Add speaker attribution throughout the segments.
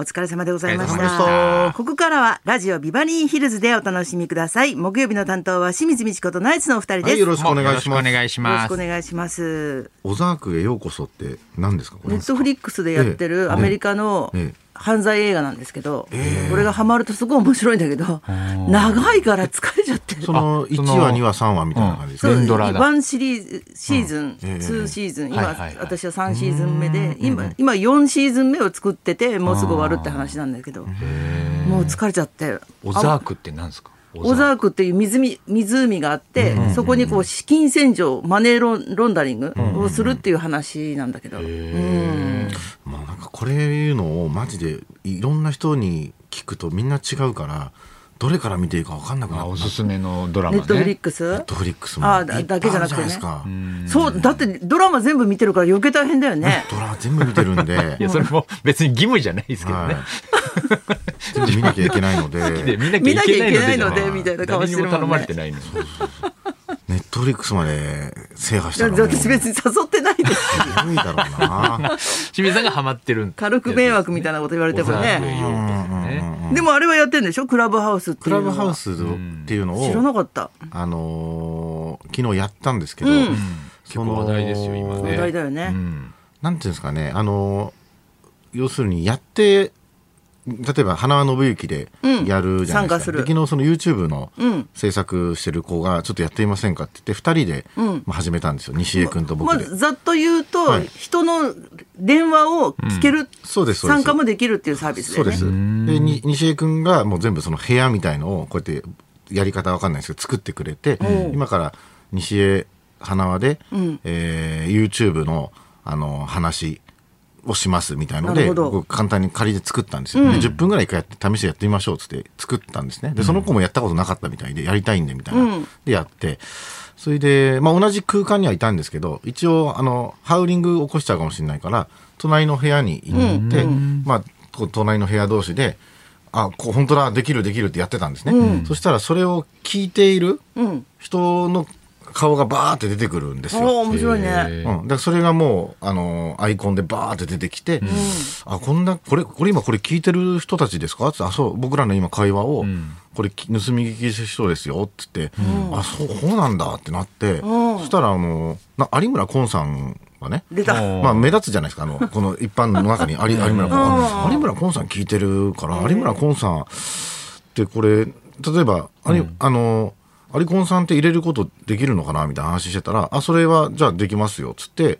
Speaker 1: お疲れ様でございまし
Speaker 2: お疲れ様
Speaker 1: た。
Speaker 2: でした
Speaker 1: ここからはラジオビバリーヒルズでお楽しみください。木曜日の担当は清水美智子とナイツのお二人です。
Speaker 2: はい、よろ
Speaker 1: よ
Speaker 2: しくお願いし
Speaker 3: よろ
Speaker 2: ま
Speaker 3: しくお
Speaker 2: す。
Speaker 3: 願いします。
Speaker 1: ろしくお願いします。
Speaker 2: 小沢区へようこそって何ですかこれ
Speaker 1: ネ。ットフリックスでやって
Speaker 2: ええ
Speaker 1: るアメリカの
Speaker 2: ええ
Speaker 1: 犯罪映画なんですけど、これがハマるとすごい面白いんだけど、長いから疲れちゃってる。
Speaker 2: その一話二話三話みたいな感じです
Speaker 1: そう
Speaker 2: ね。
Speaker 3: 連ドラだ
Speaker 1: 1シリーズシーズン、
Speaker 2: ええ
Speaker 1: 2シーズン今、
Speaker 3: はいはいはい
Speaker 1: 私は3シーズン目で今今4シーズン目を作っててもうすぐ終わるって話なんだけどもう疲れちゃって
Speaker 3: オザークって何ですか
Speaker 1: オザークっていう湖湖があって、そこにこう資金洗浄マネーロンロンダリングをするっていう話なんだけど、うん
Speaker 2: まあなんかこれいうのをマジでいろんな人に聞くとみんな違うからどれから見ていいかわかんなくな
Speaker 3: あ
Speaker 2: っ
Speaker 3: お
Speaker 2: た。
Speaker 3: すすめのドラマ
Speaker 1: ネ
Speaker 3: ね。
Speaker 1: ットフリッ
Speaker 3: ク
Speaker 1: クス、
Speaker 2: ネットフリックスも
Speaker 1: あだ
Speaker 2: いっぱ
Speaker 1: だ
Speaker 2: い
Speaker 1: けじゃなくてね
Speaker 2: あるですか
Speaker 1: そうだってドラマ全部見てるから余計大変だよね。
Speaker 2: ドラマ全部見てるんで、はい
Speaker 3: や、それも別に義務じゃないですけどね。
Speaker 2: い、全部見なきゃいけないの で、
Speaker 3: で見なき
Speaker 1: 見な
Speaker 3: ゃ
Speaker 1: きゃいけ
Speaker 3: いけ
Speaker 1: な
Speaker 3: ないい
Speaker 1: の
Speaker 3: の
Speaker 1: で
Speaker 3: で、
Speaker 1: みたいな顔してるもんね
Speaker 3: 誰にも頼まれてないの に。
Speaker 2: ネットフリックスまで制覇し
Speaker 1: だ
Speaker 2: た
Speaker 1: っ
Speaker 2: ら
Speaker 1: て
Speaker 2: もう
Speaker 1: 私別に誘ってないです。
Speaker 2: すごいだろう な。
Speaker 3: 清水さんがハマってる。
Speaker 1: 軽く迷惑みたいなこと言われても
Speaker 3: オザークへ
Speaker 1: ね。
Speaker 3: ようこそね
Speaker 1: でもあれはやってんでしょクラブハウスって
Speaker 2: ク
Speaker 1: いう
Speaker 2: ラ
Speaker 1: の
Speaker 2: ブ
Speaker 1: は
Speaker 2: ハウスっていうのを
Speaker 1: 知らなかった。
Speaker 2: あのー昨日やったんですけど、
Speaker 1: うん
Speaker 2: その
Speaker 3: 結構話題ですよ今ね
Speaker 1: 話題だよね
Speaker 3: う。ん
Speaker 2: なんていうんですかね、あのー要するにやって、例えば花輪信之で
Speaker 1: うん
Speaker 2: やるじゃないですか。
Speaker 1: 参加する
Speaker 2: で昨日その YouTube の
Speaker 1: うん
Speaker 2: 制作してる子が、ちょっとやってみませんかって言って、二人で、
Speaker 1: うん
Speaker 2: まあ、始めたんですよ。西江君と
Speaker 1: ま
Speaker 2: 僕で。
Speaker 1: ずざっと言うと
Speaker 2: はい
Speaker 1: 人の電話を聞ける、
Speaker 2: そうです、そうです。
Speaker 1: 参加もできるっていうサービスだ
Speaker 2: そ
Speaker 1: よ
Speaker 2: うで
Speaker 1: ね。
Speaker 2: す。で、に西江君がもう全部その部屋みたいのをこうやってやり方わかんないですけど作ってくれて、
Speaker 1: うん
Speaker 2: 今から西江花輪で、
Speaker 1: うん
Speaker 2: えー YouTube のあの話をしますみたいの
Speaker 1: なる
Speaker 2: で
Speaker 1: ほど
Speaker 2: 僕簡単に仮で作ったんですよ、で10分ぐらい一回やって試してやってみましょうっつって作ったんですねでその子もやったことなかったみたいでやりたいんでみたいな、
Speaker 1: うん
Speaker 2: でやってそれで、まあ、同じ空間にはいたんですけど一応あのハウリング起こしちゃうかもしれないから隣の部屋に行って、まあ、こう隣の部屋同士で「あこう本当だできるできる」ってやってたんですね、そしたらそれを聞いている
Speaker 1: うん。
Speaker 2: 人の顔がバーって出てくるんです
Speaker 1: お
Speaker 2: よ。
Speaker 1: お面白いね。
Speaker 3: へ
Speaker 2: うん、だからそれがもう、あのーアイコンでバーって出てきて、あこんなこれこれ今これ聞いてる人たちですかつってあそう僕らの今会話を、これき盗み聞きした人ですよっつって、あそうそうなんだってなっ
Speaker 1: ん
Speaker 2: て、そしたらあのな有村昆さんがね
Speaker 1: 出た。
Speaker 3: うん
Speaker 2: まあ目立つじゃないですか、あの、この一般の中に有有村昆さん。有村昆さん聞いてるから、有村昆さんってこれ、例えば、ありあの、有コンさんって入れることできるのかなみたいな話してたら、あ、それはじゃあできますよ、つって、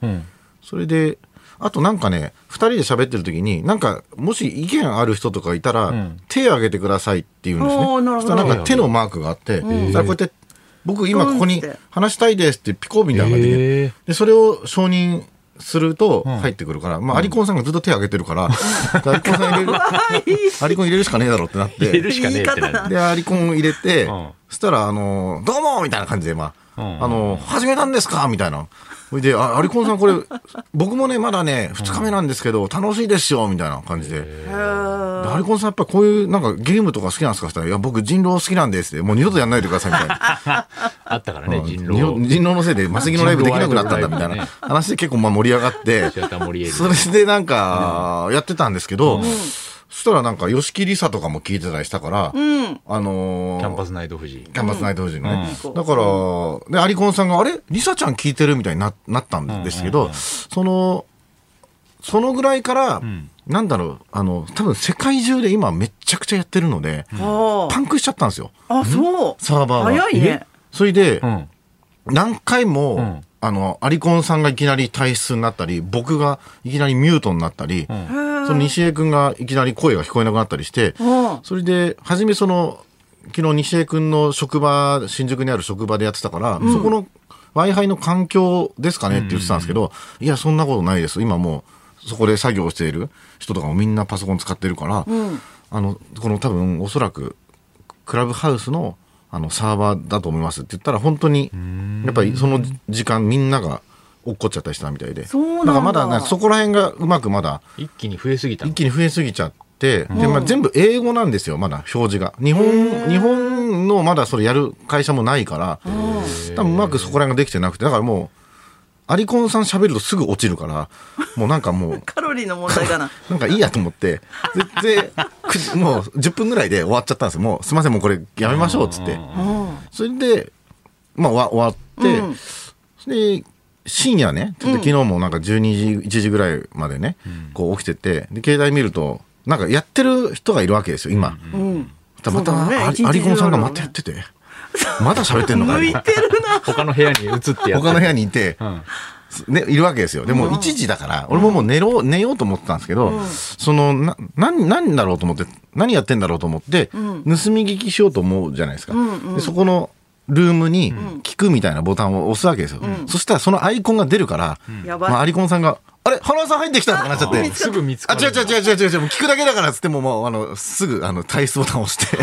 Speaker 2: それで、あとなんかね、二人で喋ってる時に、なんか、もし意見ある人とかいたら、手挙げてくださいって言うんですね。
Speaker 1: おーなるほど
Speaker 2: そしたらなんか手のマークがあって、そしたらこうやって、僕今ここに話したいですってピコーみたいなのができる。
Speaker 3: へー
Speaker 2: でそれを承認すると入ってくるから、まあ、アリコンさんがずっと手挙げて るから、アリコンさん入れる、アリコン入れるしかねえだろってなっ
Speaker 3: 入れ
Speaker 2: て、
Speaker 3: るしかねえってな
Speaker 1: 言
Speaker 3: る
Speaker 1: い方
Speaker 2: で、アリコン入れて、
Speaker 3: ん
Speaker 2: そしたら、あの、どうもみたいな感じで、まあ、あの、始めたんですかみたいな。それで、あアリコンさんこれ、僕もね、まだね、2日目なんですけど、楽しいですよみたいな感じで。
Speaker 1: へー
Speaker 2: でアリコンさんやっぱこういうなんかゲームとか好きなんですかしたら、いや、僕人狼好きなんですって、もう二度とやんないでくださいみたいな。
Speaker 3: あったからね、
Speaker 2: うん
Speaker 3: 人
Speaker 2: 人狼
Speaker 3: 狼。
Speaker 2: 人狼のせいでマセキのライブできなくなったんだみたいな話で結構まあ盛り上がって、
Speaker 3: シアターモリエル
Speaker 2: それでなんかやってたんですけど、そしたらなんか吉木りさとかも聞いてたりしたから、あのー
Speaker 3: キャンパスナイト富士。
Speaker 2: キャンパスナイト富士のね、
Speaker 1: うん
Speaker 2: だから、で、アリコンさんが、あれリサちゃん聞いてるみたいにななったんですけど、その、そのぐらいから、なんだろう、あの、多分世界中で今めちゃくちゃやってるので、
Speaker 1: あ
Speaker 2: パンクしちゃったんですよ、
Speaker 1: ーあそう。
Speaker 2: サーバーが。
Speaker 1: 早いね。
Speaker 2: それで、
Speaker 3: うん。
Speaker 2: 何回も、
Speaker 3: ん
Speaker 2: あの、アリコンさんがいきなり体質になったり、僕がいきなりミュートになったり、
Speaker 1: へー
Speaker 2: その西江君がいきなり声が聞こえなくなったりして、
Speaker 1: うん
Speaker 2: それで、初めその、昨日西江君の職場、新宿にある職場でやってたから、そこの Wi-Fi の環境ですかねって言ってたんですけど、いや、そんなことないです。今もう、そこで作業している人とかもみんなパソコン使ってるから、あの、この多分、おそらく、クラブハウスのあのサーバーだと思いますって言ったら本当にやっぱりその時間みんなが落っこっちゃったりしたみたいで
Speaker 1: そうなんだ
Speaker 2: からまだなんかそこら辺がうまくまだ
Speaker 3: 一気に増えすぎたの
Speaker 2: 一。気に増えすぎちゃって、でまあ、全部英語なんですよまだ表示が日本日本のまだそれやる会社もないから多分うまくそこら辺ができてなくてだからもうアリコンさん喋るとすぐ落ちるから、もうなんかもう、
Speaker 1: カロリーの問題かな。
Speaker 2: なんかいいやと思って、で、でくじもう10分ぐらいで終わっちゃったんですよ。もう、すいません、もうこれやめまし ょう、つって。
Speaker 1: うん
Speaker 2: それで、まあ、わ終わって、で、深夜ね、ちょっと昨日もなんか12時、1時ぐらいまでね、こう起きてて、で、携帯見ると、なんかやってる人がいるわけですよ、今。
Speaker 1: うん。
Speaker 2: たまた、
Speaker 1: そうだね
Speaker 2: ア
Speaker 1: 一日
Speaker 2: リ
Speaker 1: 中
Speaker 2: アリコンさんがまたやってて、まだ喋ってんのか
Speaker 1: 向い
Speaker 2: よ
Speaker 1: てるな。
Speaker 3: 他の部屋に移ってやっ
Speaker 2: 他
Speaker 3: て
Speaker 2: の部屋にいて、
Speaker 3: うん
Speaker 2: ね、いるわけですよ。でも1時だから、俺ももう寝ろう、寝ようと思ってたんですけど、その、な、何、何だろうと思って、何やってんだろうと思って、盗み聞きしようと思うじゃないですか。でそこの、ルームに聞くみたいなボタンを押すわけですよ。そしたらそのアイコンが出るから、
Speaker 1: やばい
Speaker 2: まあ、アリコンさんが、あれ花輪さん入ってきたとかなっちゃって。
Speaker 3: すぐ見つ
Speaker 2: あ、
Speaker 3: か
Speaker 2: 違う
Speaker 3: る
Speaker 2: 違う違う違う違う違う、もう聞くだけだからっつっても、もう、あの、すぐ、あの、退出ボタンを押して。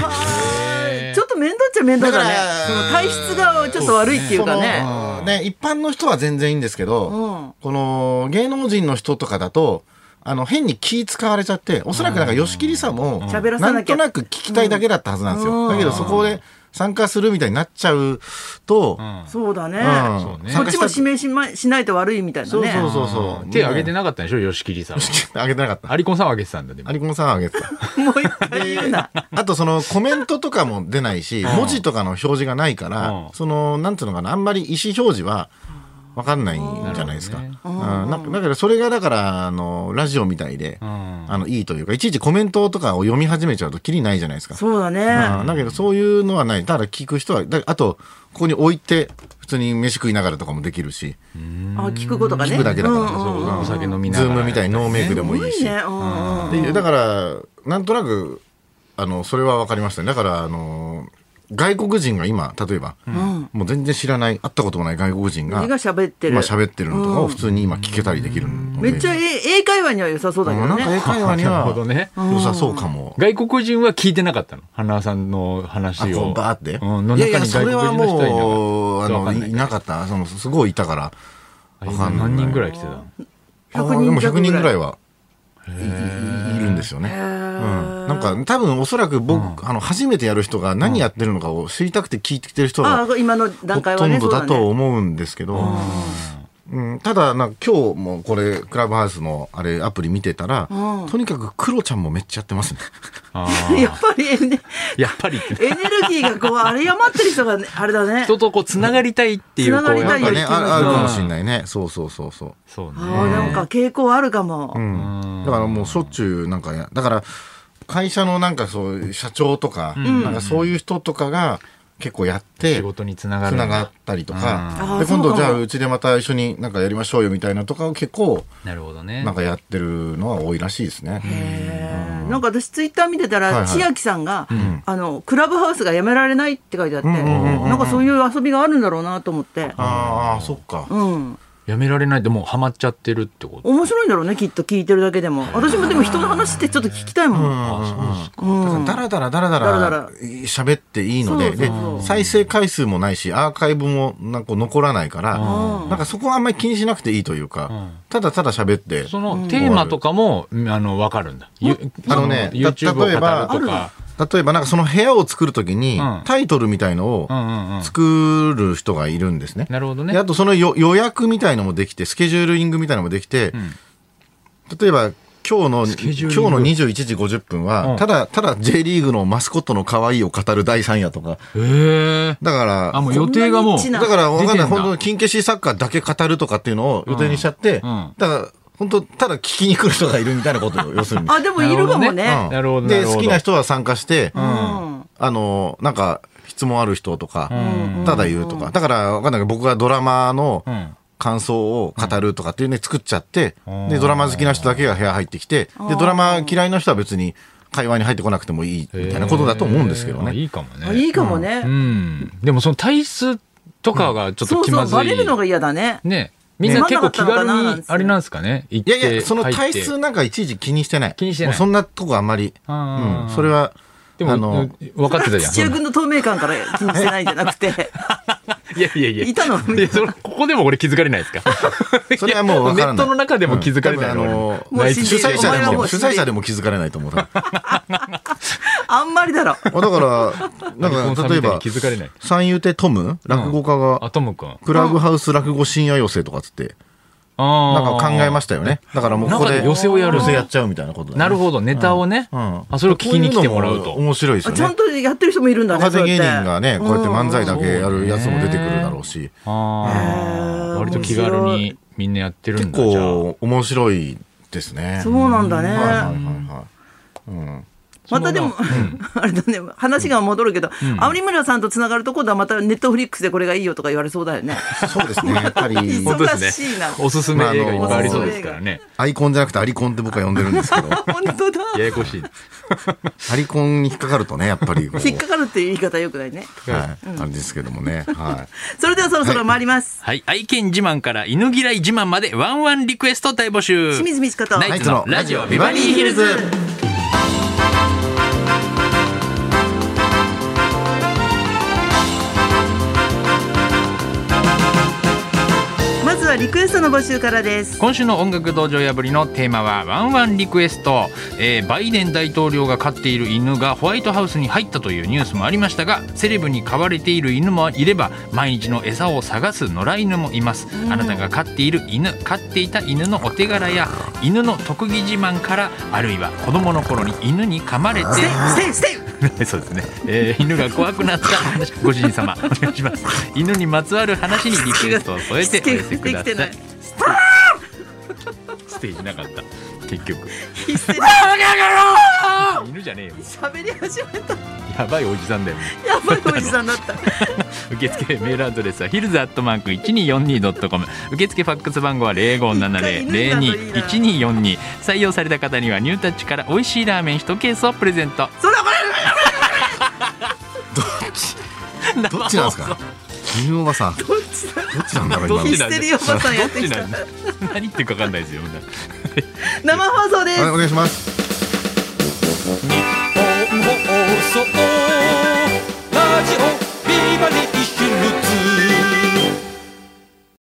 Speaker 1: ちょっと面倒っちゃ面倒だね
Speaker 2: だから。
Speaker 1: その体質がちょっと悪いっていうか
Speaker 2: そ
Speaker 1: ね。
Speaker 2: のね一般の人は全然いいんですけど、
Speaker 1: うん
Speaker 2: この芸能人の人とかだとあの変に気使われちゃっておそらくなんか吉桐さんも
Speaker 1: 喋らさ
Speaker 2: な
Speaker 1: なんきゃ
Speaker 2: となく聞きたいだけだったはずなんですよ、
Speaker 1: うん
Speaker 2: だけどそこで参加するみたいになっちゃうと、うん
Speaker 1: そうだね。
Speaker 3: そうね
Speaker 1: こっちも指名しましないと悪いみたいな
Speaker 2: そう
Speaker 1: ね。
Speaker 2: そうそうそう、
Speaker 3: 手挙げて
Speaker 2: な
Speaker 3: なかったんでしょ吉桐さんは
Speaker 2: あげてなかった
Speaker 3: アリコンさんは挙げてたんだでも
Speaker 2: アリコンさんはあ げてた
Speaker 1: もう一回言うな。
Speaker 2: あとそのコメントとかも出ないし、文字とかの表示がないか
Speaker 3: うん
Speaker 2: ら、その、なんていうのかな、あんまり意思表示は、わかんないじゃないですか。
Speaker 3: なる
Speaker 2: うんなんかだからそれがだから、あの、ラジオみたいで、
Speaker 3: ん
Speaker 2: あの、いいというか、いちいちコメントとかを読み始めちゃうときりないじゃないですか。
Speaker 1: そうだね。
Speaker 2: うんだけどそういうのはない。ただ聞く人は、だあと、ここに置いて、普通に飯食いながらとかもできるし、
Speaker 1: あ聞くことがね。
Speaker 2: 聞くだけだから
Speaker 1: うん
Speaker 2: そ
Speaker 1: うんうん
Speaker 3: お酒飲みな
Speaker 2: ズ
Speaker 3: が
Speaker 2: ー
Speaker 3: ら
Speaker 2: ムみたいにノーメイクでもいい
Speaker 1: す
Speaker 2: し。
Speaker 1: ごいね。うんうんうん
Speaker 2: でだからなんとなくあのそれは分かりましたねだからあの外国人が今例えば、もう全然知らない会ったこともない外国人が
Speaker 1: 字が喋ってる
Speaker 2: 今。喋ってるのとかを普通に今聞けたりできるの
Speaker 1: めっちゃ
Speaker 2: いい
Speaker 1: 英英会話には良さそうだけど
Speaker 2: なんか英
Speaker 1: ね。
Speaker 2: 会話に
Speaker 3: なるほど
Speaker 2: は
Speaker 3: ね
Speaker 2: 良さそうかも。
Speaker 3: 外国人は聞いてなかったの花輪さんの
Speaker 2: あ
Speaker 3: 話
Speaker 2: こ
Speaker 3: を
Speaker 2: うバーって、
Speaker 3: うんの
Speaker 2: いや
Speaker 3: 中
Speaker 2: い
Speaker 3: に
Speaker 2: や
Speaker 3: 外
Speaker 2: それ
Speaker 3: 国人
Speaker 2: は
Speaker 3: の人
Speaker 2: もう
Speaker 3: は
Speaker 2: あ
Speaker 3: いなかったわか
Speaker 2: の
Speaker 3: んないい
Speaker 2: なかったそのすごいいたから
Speaker 3: あれ
Speaker 2: わかんない
Speaker 3: 何人ぐらい来てたの
Speaker 2: あ
Speaker 1: 100人
Speaker 2: でも100
Speaker 1: 弱
Speaker 2: 人
Speaker 1: ぐらい
Speaker 2: ぐらいはいいいいるんですよね。うん、なんか多分おそらく僕、あの初めてやる人が何やってるのかを知りたくて聞いてきてる人が
Speaker 1: あ今の段階
Speaker 2: ほと
Speaker 1: はね。
Speaker 2: んどだ
Speaker 1: そう
Speaker 2: と
Speaker 1: ね
Speaker 2: 思うんですけど、うん、ただなんか今日もこれクラブハウスのあれアプリ見てたら、とにかくクロちゃんもめっちゃやってますね
Speaker 3: あ
Speaker 1: やっぱりエネ
Speaker 3: ーやっぱりって
Speaker 1: エネルギーがこうあれ余ってる人がねあれだね。
Speaker 3: 人とこうつながりたいって
Speaker 1: つ
Speaker 3: いう
Speaker 1: ながりた
Speaker 2: ないん
Speaker 1: よ
Speaker 2: か
Speaker 3: こう
Speaker 2: ね
Speaker 3: やっぱ
Speaker 2: あ
Speaker 1: うん
Speaker 2: あるかもしれないねそうそうそうそう、
Speaker 3: そう
Speaker 1: あ
Speaker 3: ね
Speaker 1: ーなんか傾向あるかも。
Speaker 2: うん、だからもうしょっちゅうなんかやだから会社のなんかそういう社長とか,、なんかそういう人とかが結構やって
Speaker 3: 仕事につなが
Speaker 2: つ
Speaker 3: る
Speaker 2: ながったりと
Speaker 1: うんあ
Speaker 2: か
Speaker 1: ー
Speaker 2: で今
Speaker 1: そ
Speaker 2: 度
Speaker 1: う
Speaker 2: じ
Speaker 1: か
Speaker 2: ゃ
Speaker 1: も
Speaker 2: あうちでまた一緒になんかやりましょうよみたいなとかを結構
Speaker 3: なるほどね
Speaker 2: なんかやってるのは多いらしいですね。
Speaker 1: へーなんか私ツイッター見てた
Speaker 2: はいは
Speaker 1: ら
Speaker 2: い
Speaker 1: 千秋さんが「あのクラブハウスがやめられない」って書いてあってなんかそういう遊びがあるんだろうなと思って
Speaker 2: ああそっか、
Speaker 1: うん
Speaker 3: やめられないでもうハマっちゃってるってこと
Speaker 1: 面白いんだろうねきっと聞いてるだけでも私もでも人の話ってちょっと聞きたいもん
Speaker 3: あそう
Speaker 2: だからだらだらだら
Speaker 1: だら
Speaker 2: だ
Speaker 1: だら
Speaker 2: ら喋っていいので
Speaker 1: そうそうそう
Speaker 2: で再生回数もないしアーカイブもなんか残らないからなんかそこはあんまり気にしなくていいというか、ただただ喋って
Speaker 3: そのテーマとかも、あの分かるんだゆ
Speaker 2: あのね
Speaker 3: そ YouTube を語る
Speaker 2: 例
Speaker 3: と
Speaker 2: えば
Speaker 3: か
Speaker 2: 例えばなんかその部屋を作るときに
Speaker 3: うん
Speaker 2: タイトルみたいのを
Speaker 3: うんうんうん
Speaker 2: 作る人がいるんですね。
Speaker 3: なるほどね
Speaker 2: であとそのよ予約みたいのもできてスケジューリングみたいのもできて、例えば今日の今
Speaker 3: ケジ
Speaker 2: 日
Speaker 3: ューリング
Speaker 2: の21時50分は、
Speaker 3: うん
Speaker 2: ただただ J リーグのマスコットの可愛いを語る第3夜とか
Speaker 3: へえ
Speaker 2: だから
Speaker 3: あもう予定がもう
Speaker 1: こんなに一致な
Speaker 2: だから分かん
Speaker 3: 出てん
Speaker 2: ない
Speaker 3: だ
Speaker 2: 本当に金消しサッカーだけ語るとかっていうのを予定にしちゃって、
Speaker 3: うんうん
Speaker 2: だから本当ただ聞きに来る人がいるみたいなことを要するに。
Speaker 1: あでもいるかもね
Speaker 3: なるほどな
Speaker 2: で
Speaker 3: るほど
Speaker 2: 好きな人は参加して、
Speaker 1: うん
Speaker 2: あの、なんか、質問ある人とか、ただ言うとか。だから、わかんないけど、僕がドラマの
Speaker 3: ん
Speaker 2: 感想を語るとかっていうね、作っちゃって、で、ドラマ好きな人だけが部屋入ってきて、で、ドラマ嫌いな人は別に会話に入ってこなくてもいい、みたいなことだと思うんですけど
Speaker 3: あ
Speaker 2: ね。
Speaker 3: いいかも
Speaker 1: あ
Speaker 3: ね
Speaker 1: いいかも
Speaker 3: う
Speaker 1: ね
Speaker 3: んでもその体質とかがちょっ
Speaker 1: そ
Speaker 3: と
Speaker 1: う
Speaker 3: 気
Speaker 1: そ
Speaker 3: ま
Speaker 1: う
Speaker 3: ずい、
Speaker 1: バレるのが嫌だね
Speaker 3: ねみんな結構気軽にあれなんですかね行っ
Speaker 2: い
Speaker 3: て
Speaker 2: やいや、その体
Speaker 3: 入って
Speaker 2: 質なんかいちいち気にしてない。
Speaker 3: 気にしてない
Speaker 2: もうそんなとこあんまり。
Speaker 3: あー
Speaker 2: うん。それは、
Speaker 3: でも
Speaker 2: あの
Speaker 3: 分かってたじゃん
Speaker 1: 土屋君の透明感から気にしてないんじゃなくて
Speaker 3: いやいやいや。
Speaker 1: いたの
Speaker 3: いやそれここでも俺気づかれないですか
Speaker 2: それはもう分からない
Speaker 3: ネットの中でも気づかれない、
Speaker 2: うん多分あの
Speaker 1: もう
Speaker 3: 内
Speaker 1: 死ん
Speaker 3: 地
Speaker 1: で
Speaker 2: 主
Speaker 1: る
Speaker 2: 催者
Speaker 1: お前は
Speaker 2: で
Speaker 1: も
Speaker 2: も
Speaker 1: う
Speaker 2: 主
Speaker 1: 死んで
Speaker 2: 催
Speaker 1: る
Speaker 2: 者でも気づかれないと思う多分
Speaker 1: あんまりだろ
Speaker 2: あだから、
Speaker 3: ナ
Speaker 2: なん
Speaker 3: ビコンさ
Speaker 2: か、
Speaker 3: ん
Speaker 2: 例え
Speaker 3: みたい
Speaker 2: ば
Speaker 3: に気、づかれない
Speaker 2: 三遊亭トム、落語家が、
Speaker 3: あ、トム君。あ
Speaker 2: クラブハウス落語深夜寄席とかっつって、
Speaker 3: あ。
Speaker 2: なんか考えましたよね。だからもうここ
Speaker 3: なん
Speaker 2: で
Speaker 3: か寄席をやる
Speaker 2: 寄席やっちゃうみたいなことだね
Speaker 3: なるほど、ネタをね。
Speaker 2: うん
Speaker 3: あ、それを聞きに来てもらう
Speaker 2: こいの
Speaker 3: と。
Speaker 2: も面白いです
Speaker 1: あ
Speaker 2: よ
Speaker 1: ちゃん
Speaker 2: ね。
Speaker 1: とやってる人もいるんだね
Speaker 2: 若手
Speaker 1: そうや
Speaker 2: 芸
Speaker 1: っ
Speaker 2: 人
Speaker 1: て
Speaker 2: がね、こうやって漫才だけやるやつも出てくるだろうし、
Speaker 1: へ
Speaker 3: ああ。
Speaker 1: ー
Speaker 3: 割と気軽にみんなやってるん
Speaker 2: 結
Speaker 3: だ。じゃあ
Speaker 2: 構面白いですね。
Speaker 1: そうなんだね
Speaker 2: はいはいはいはい。うん。
Speaker 1: またでも、 あれだね、話が戻るけど、青森村さんとつながると今度はまたネットフリックスでこれがいいよとか言われそうだよね。
Speaker 2: そうですね、やっ ぱり。
Speaker 1: 忙
Speaker 3: 本当です
Speaker 1: しいな
Speaker 3: ね。おすすめ映画いっぱいありそうですからね。
Speaker 2: アイコンじゃなくてアリコンって僕は呼んでるんですけど、
Speaker 1: 本当だ。
Speaker 3: ややこしい。
Speaker 2: アリコンに引っかかるとね、やっぱりこう。
Speaker 1: 引っかかるっていう言い方よくないね。
Speaker 2: はい、あれですけどもね。はい。
Speaker 1: それではそろそろ参ります。
Speaker 3: はい。愛犬自慢から犬嫌い自慢までワンワンリクエスト大募集。
Speaker 1: 清水美智子と。
Speaker 3: ナイツのラジオビバリーヒルズ。
Speaker 1: まずはリクエストの募集からです。
Speaker 3: 今週の音楽道場破りのテーマはワンワンリクエスト、えーバイデン大統領が飼っている犬がホワイトハウスに入ったというニュースもありましたがセレブに飼われている犬もいれば毎日の餌を探す野良犬もいます、あなたが飼っている犬飼っていた犬のお手柄や犬の特技自慢からあるいは子供の頃に犬に噛まれて
Speaker 1: ステイ、ステイ、ステイ。
Speaker 3: そうですね、えー犬が怖くな った話ご主人様お願いします犬にまつわる話にリクエストを添えてお寄せく ださ
Speaker 1: しつけ
Speaker 3: い
Speaker 1: ができ
Speaker 3: ステージなかった結局
Speaker 1: 一斉に
Speaker 3: 犬じゃねえよ
Speaker 1: 喋り始めた。
Speaker 3: やばいおじさんだよ
Speaker 1: やばいおじさんだった。
Speaker 3: 受付メールアドレスはヒルズアットマーク 1242.com 受付ファックス番号は0570-021242採用された方にはニュータッチから美味しいラーメン1ケースをプレゼント
Speaker 1: それはこれ。
Speaker 2: どっちなんです か犬おばさん。どっちなんだろう、今
Speaker 1: どっ
Speaker 2: の
Speaker 1: ち。だミステリーおばさんやってきた
Speaker 3: どっちなんだ何言ってるか分かんないですよ
Speaker 1: 生放送です
Speaker 2: はい、。お願いします。